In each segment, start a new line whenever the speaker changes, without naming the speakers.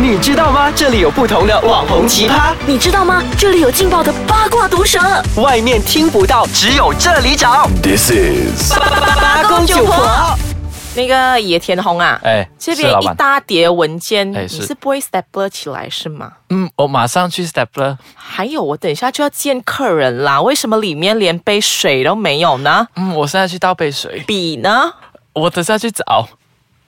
你知道吗？这里有不同的网红奇葩，
你知道吗？这里有劲爆的八卦毒舌，
外面听不到，只有这里找。
This is
八公九婆，
那个野田红啊，
哎，
这
是
边
老
一
板。
大叠文件，
哎
你
是
是不会 stapler 起来是吗？
嗯，我马上去 step 了。
还有，我等一下就要见客人啦，为什么里面连杯水都没有 呢？
嗯，我现在去倒杯水，
笔呢？
我等下去找。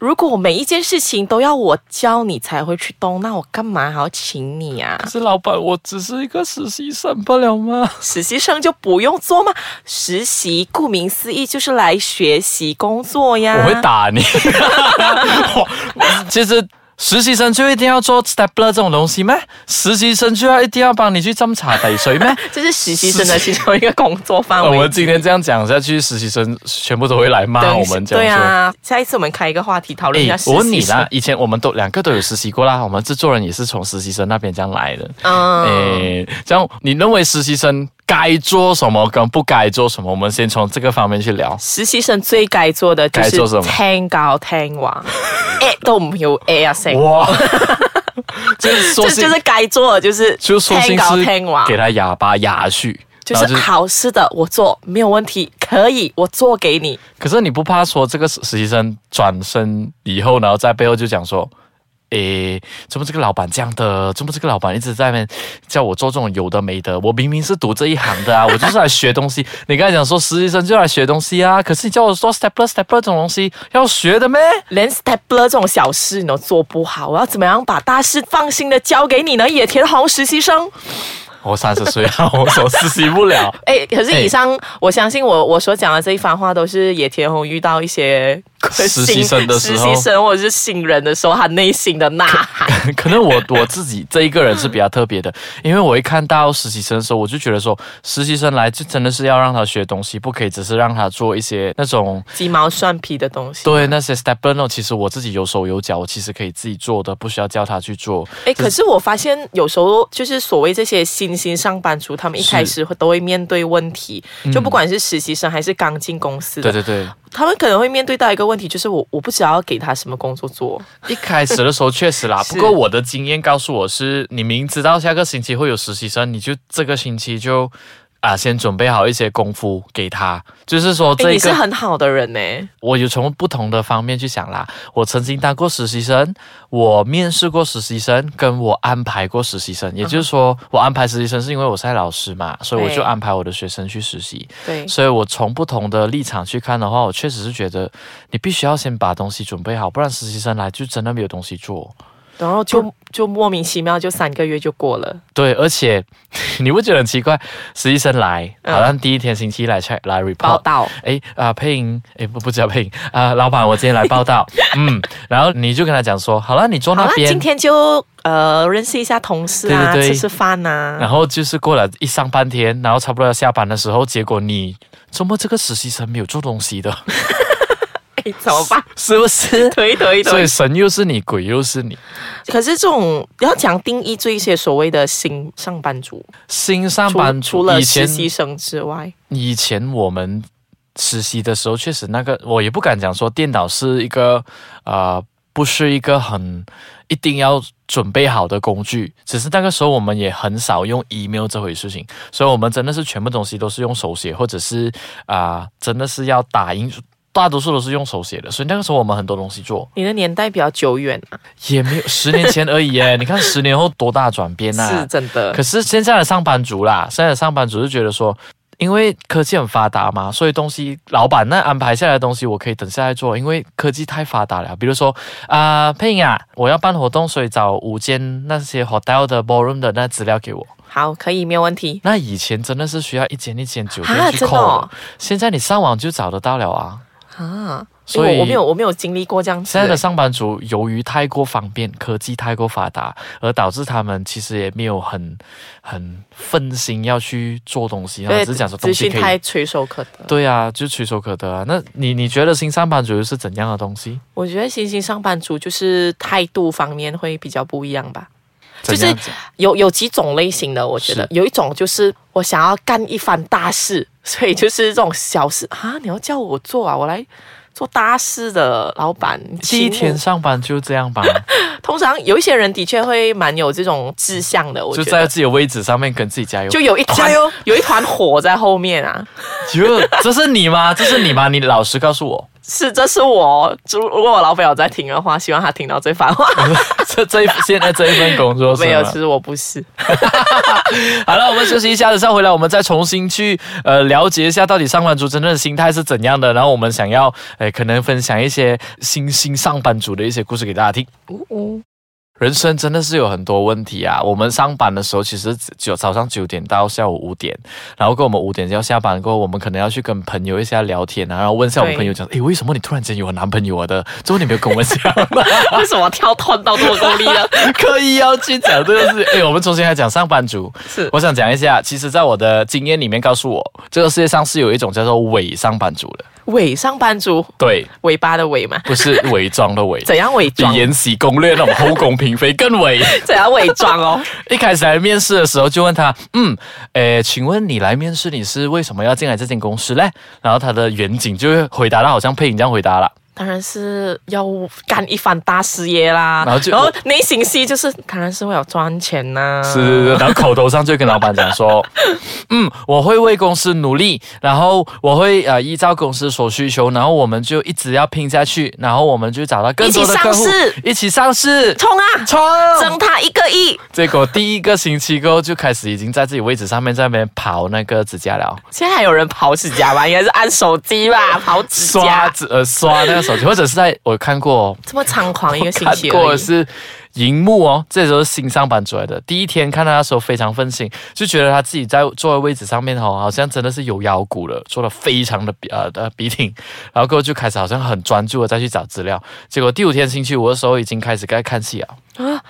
如果我每一件事情都要我教你才会去动，那我干嘛还要请你啊
可？是老板，我只是一个实习生，不了吗？
实习生就不用做吗？实习顾名思义就是来学习工作呀。
我会打 你。我其实实习生就一定要做 stepler 这种东西咩？实习生就要一定要帮你去斟茶递水咩？ 哦
这是实习生的其中一个工作 范
我
围
们。今天这样讲下去，实习生全部都会来骂我们。这
对
样说。
啊，下一次我们开一个话题讨论一
哎
下，实习
我问你
生
啦，以前我们都两个都有实习过啦，我们制作人也是从实习生那边这样来的。
嗯，
哎，这样你认为实习生该做什么跟不该做什么？我们先从这个方面去聊。
实习生最该做的就
该做什
是
么
聽教 聽話，at 都唔要 at 啊成，
哇，就是
这
说
就是该做的就是
就说
聽
心
教
是
聽話，
给他哑巴哑去，
就
然后
是好事的我做没有问题，可以我做给你。
可是你不怕说这个实习生转身以后，然后在背后就讲说，诶，怎么这个老板这样的？怎么这个老板一直在那边叫我做这种有的没的？我明明是读这一行 的啊，我就是来学东西。你刚才讲说实习生就来学东西啊，可是你叫我做 stepper stepper 这种东西要学的咩？
连 stepler 这种小事你都做不好，我要怎么样把大事放心的交给你呢？野田红实习生，
我三十岁啊，我我实习不了。
哎，可是
哎
以上、我相信我我所讲的这一番话都是野田红遇到一些
实习生的时候
实习生或者是新人的时候，他内心的呐喊。
可能我我自己这一个人是比较特别的，因为我一看到实习生的时候，我就觉得说，实习生来就真的是要让他学东西，不可以只是让他做一些那种
鸡毛蒜皮的东西。
对那些 step b u r n 其实我自己有手有脚，我其实可以自己做的，不需要叫他去做。
哎，可是我发现有时候就是所谓这些新兴上班族，他们一
是
开始会都会面对问题，就不管是实习生还是刚进公司
嗯对
的，
对 对，
他们可能会面对到一个问题，就是我我不知道要给他什么工作做。
一开始的时候确实啦，
是
不过我的经验告诉我是，你明知道下个星期会有实习生，你就这个星期就啊先准备好一些功夫给他，就是说
哎、
这
你是
个
很好的人呢、
我有从不同的方面去想啦。我曾经当过实习生，我面试过实习生，跟我安排过实习生。也就是说，我安排实习生是因为我是老师嘛，所以我就
嗯对
安排我的学生去实习。
对，
所以我从不同的立场去看的话，我确实是觉得你必须要先把东西准备好，不然实习生来就真的没有东西做。
然后就就莫名其妙就三个月就过了，
对，而且 你不觉得很奇怪？实习生来，
嗯
好像第一天星期一来 check 来 report
报道。
哎啊、配音，哎不不叫配音啊、老板，我今天来报 道，嗯，然后你就跟他讲说，好了，你坐
好
那
啦，
边
今。天就呃认识一下同事啊，
对对对啊
吃吃饭啊呐、
然后就是过了一上半天，然后差不多要下班的时候，结果你怎么这个实习生没有做东西 的，
哎，怎么办？
是不是？
推推
所
推
以。神又是你，鬼又是你。
可是这种要讲定义这一些所谓的新上班族，
新上
除
班
除
族
了
以
实
前
习生之外，
以前我们实习的时候，确实那个我也不敢讲说电脑是一个呃，不是一个很一定要准备好的工具。只是那个时候我们也很少用 email 这回事情，所以我们真的是全部东西都是用手写，或者是啊、真的是要打印。大多数都是用手写的，所以那个时候我们很多东西做
你的年代比较久远啊，
也没有十年前而已耶。你看十年后多大转变啊呐、
是真的
可。是现在的上班族啦，现在的上班族就觉得说，因为科技很发达嘛，所以东西老板那安排下来的东西，我可以等下来做，因为科技太发达了。比如说啊、配音啊，我要办活动，所以找五间那些 hotel 的 ballroom 的那资料给我。
好，可以，没有问题。
那以前真的是需要一间一间酒
啊
店去
真的
call，、
哦
现在你上网就找得到了啊。
啊，因
所以
为我我没有我没有经历过这样子
现在的上班族由于太过方便，科技太过发达，而导致他们其实也没有很很分心要去做东西，然后
对，
只是讲说
资
东西
讯
可
太
以。
垂手可得。
对啊，就垂手可得啊。那你你觉得新上班族是怎样的东西？
我觉得新兴上班族就是态度方面会比较不一样吧。就
怎
是
样子
有有几种类型的，我觉得
是
有一种就是我 想要干一番大事，所以就是这种小事啊，你要叫我做啊，我来做大事的老板，
第一天上班就这样吧，
通常有一些人的确会蛮有这种志向 的，我
就
觉
在
得。
自己的位置上面跟自己加油。
就有一团有一团火在后面啊！
就这是你吗？这是你吗？你老实告诉我，
是，这是我。如如果我老板有在听的话，希望他听到 这番话。
这这一现在这一份工作是吗
没有，其实我不 是。
好了，我们休息一下，等下回来我们再重新去呃了解一下到底上班族真正的心态是怎样的，然后我们想要呃可能分享一些新兴上班族的一些故事给大家听。人生真的是有很多问题啊！我们上班的时候，其实只只有早上九点到下午五点，然后过后我们五点就要下班，过后我们可能要去跟朋友一下聊天啊，然后问一下我们
对
朋友讲，诶，为什么你突然间有男朋友啊的？ 怎么你没有跟我讲？
为什么跳窜到这么够力呢？
刻意要去讲这 个事。哎，我们重新来讲上班族。
是
我想讲一下，其实，在我的经验里面告诉我，这个世界上是有一种叫做伪上班族的。
伪上班族，
对，
尾巴的 尾嘛，
不是伪装的伪，
怎样伪
比
装？
《延禧攻略》那种后宫嫔妃更 伪。
怎样伪装 哦？
一开始来面试的时候就问他，嗯，诶，请问你来面试你是为什么要进来这间公司嘞？然后他的远景就会回答的好像配音这样回答了。
当然是要干一番大事业啦。
然后就
内心戏就是，当然是为了赚钱
嗯
呐、
是是，是，然后口头上就跟老板讲 说，嗯，我会为公司努力，然后我会呃依照公司所需求，然后我们就一直要拼下去，然后我们就找到更多的客户
一起上市，
一起上市，
冲啊！
冲！
增他一个亿，
结果第一个星期过后就开始已经在自己位置上面在那边刨那个指甲了，
现在还有人刨指甲吧？应该是按手机吧，刨指
刷
甲。
指呃刷那个手机，或者是在我看过哦
这么猖狂一个星
看
期
过
而
的
已，
是荧幕哦，这时候是新上班族来的。第一天看到他的时候非常愤青，就觉得他自己在坐的位置上面哦，好像真的是有腰骨了，坐的非常的笔呃的笔挺，然后过后就开始好像很专注的再去找资料。结果第五天星期五的时候已经开始该看戏了，啊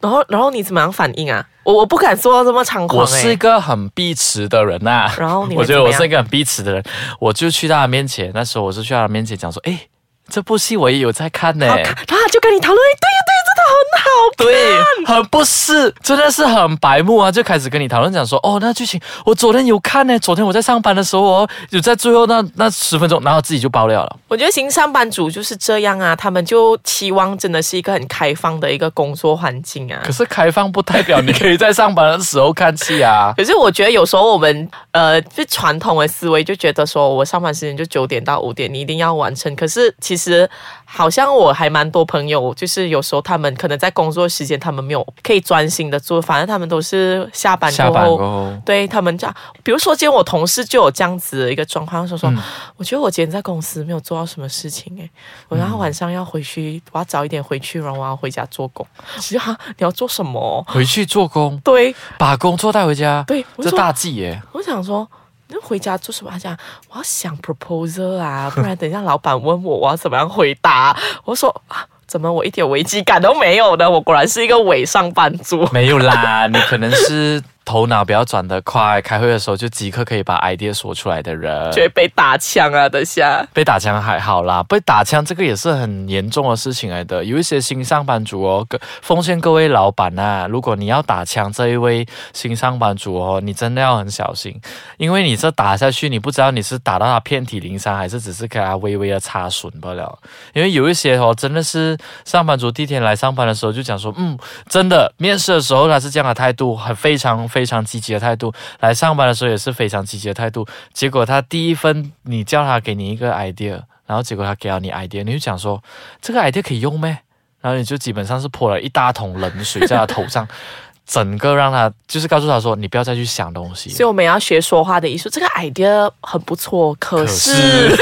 然后然后你怎么样反应啊？我我不敢做到这么猖狂
我
哎、
是欸一个很逼迟的人呐、
然后你们
我觉得
怎么
我
样
是一个很逼迟的人，我就去他的面前，那时候我是去他的面前讲说，诶，这部戏我也有在看呢、
然后看然后他就跟你讨论，哎对呀对呀，真的很好啊
对， 很不是，真的是很白目啊！就开始跟你讨论讲说，哦，那剧情我昨天有看呢，昨天我在上班的时候哦，有在最后那那十分钟，然后自己就爆料了。
我觉得新上班族就是这样啊，他们就期望真的是一个很开放的一个工作环境啊。
可。是开放不代表你可以在上班的时候看戏啊
可是我觉得有时候我们呃，就传统的思维就觉得说，我上班时间就九点到五点，你一定要完成。可是其实好像我还蛮多朋友，就是有时候他们可能在工作时间，他们没有可以专心的做，反正他们都是下班
下
过
班
后
过后，
对他们这样，比如说今天我同事就有这样子的一个状况，说说、
嗯
我觉得我今天在公司没有做到什么事情哎、我然后晚上要回
嗯
去，我要早一点回去，然后我要回家做工。我就哈，你要做什么？
回去做工，
对，
把工作带回家，
对我
这
说
大忌耶。
我想说。那回家做什么？他讲我要想 proposal 啊，不然等一下老板问我我要怎么样回答。我说啊，怎么我一点危机感都没有呢？我果然是一个伪上班 族。
没有啦，你可能是头脑比较转得快，开会的时候就即刻可以把 idea 说出来的人。
就会被打枪啊！等下，
被打枪还好啦，被打枪这个也是很严重的事情来的。有一些新上班族哦，各奉劝各位老板呐、如果你要打枪这一位新上班族哦，你真的要很小心，因为你这打下去，你不知道你是打到他遍体鳞伤，还是只是给他微微的擦损不了。因为有一些哦，真的是上班族第一天来上班的时候就讲说，嗯，真的面试的时候他是这样的态度，很非常非常积极的态度，来上班的时候也是非常积极的态度。结果他第一分你叫他给你一个 idea，然后结果他给了你 idea，你就讲说这个 idea 可以用咩？然后你就基本上是泼了一大桶冷水在他头上， 整个让他就是告诉他说你不要再去想东西。
所以我们也要学说话的艺术。这个 idea 很不错，可是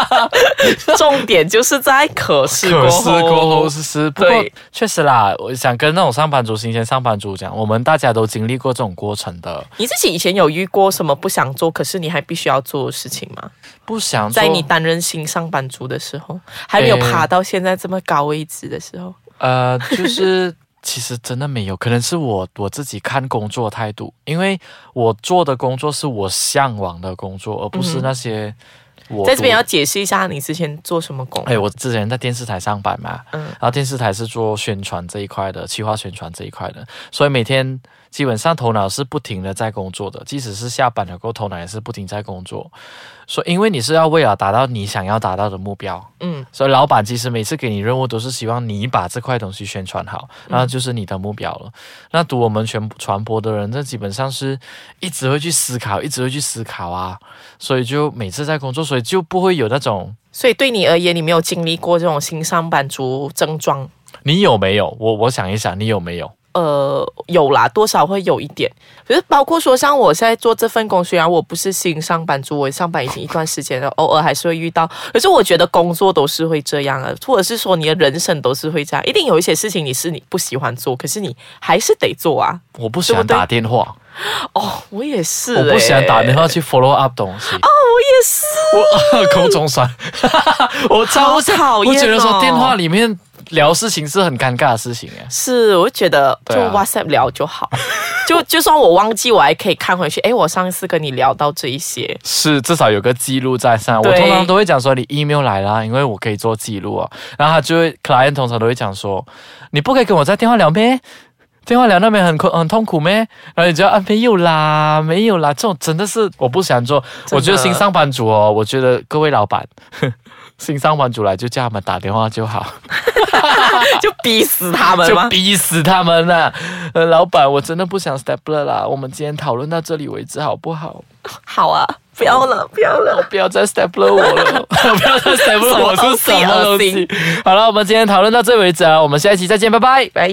重点就是在可是
可
过
是
后。
过后是是，不过
对
确实啦，我想跟那种上班族、新鲜上班族讲，我们大家都经历过这种过程的，
你自己以前有遇过什么不想做，可是你还必须要做的事情吗？
不想做
在你担任新上班族的时候，还没有爬到现在这么高位置的时候，
呃，就是 其实真的没有，可能是我我自己看工作态度，因为我做的工作是我向往的工作，而不是那些我
嗯在这边
读
要解释一下你之前做什么工。
哎，我之前在电视台上班嘛，
嗯
然后电视台是做宣传这一块的，企划宣传这一块的，所以每天基本上头脑是不停的在工作的，即使是下班了过后，头脑也是不停在工作，说因为你是要为了达到你想要达到的目标，
嗯，
所以老板其实每次给你任务都是希望你把这块东西宣传好，
嗯
那就是你的目标了。那读我们全传播的人，这基本上是一直会去思考，一直会去思考啊，所以就每次在工作，所以就不会有那种
所以对你而言，你没有经历过这种新上班族症状。
你有没有？我我想一想，你有没有？
呃，有啦，多少会有一点。可是包括说，像我现在做这份工，虽然我不是新上班族，我上班已经一段时间了，偶尔还是会遇到。可是我觉得工作都是会这样的，或者是说你的人生都是会这样，一定有一些事情你是你不喜欢做，可是你还是得做啊。
我不喜欢
对不对
打电话，
哦，我也是、哦
我不喜欢打电话
欸
去 follow up 东西。
我也是。
我 口中酸，我超
好讨厌
我
哦
觉得说电话里面聊事情是很尴尬的事情哎。
是，我就觉得就
对啊
WhatsApp 聊就好， 就就算我忘记，我还可以看回去。诶，我上次跟你聊到这 一些，
是，至少有个记录在上。我
对
通常都会讲说你 email 来啦，因为我可以做记录啊。然后他就会 client 通常都会讲说，你不可以跟我在电话聊咩？电话聊那边很困很痛苦咩？然后你就要啊没有啦，没有啦，这种真的是我不想做。
的
我觉得新上班族哦，我觉得各位老板， 新上班族来就叫他们打电话就好。
就逼死他们吗
就？逼死他们了、呃，老板，我真的不想 step 了啦。我们今天讨论到这里为止，好不好？
好啊，不要了，不要了。
不要再 step 了我了， 不要再 step 了我是什么东西？好了，我们今天讨论到这为止啊，我们下一期再见，拜拜。
拜。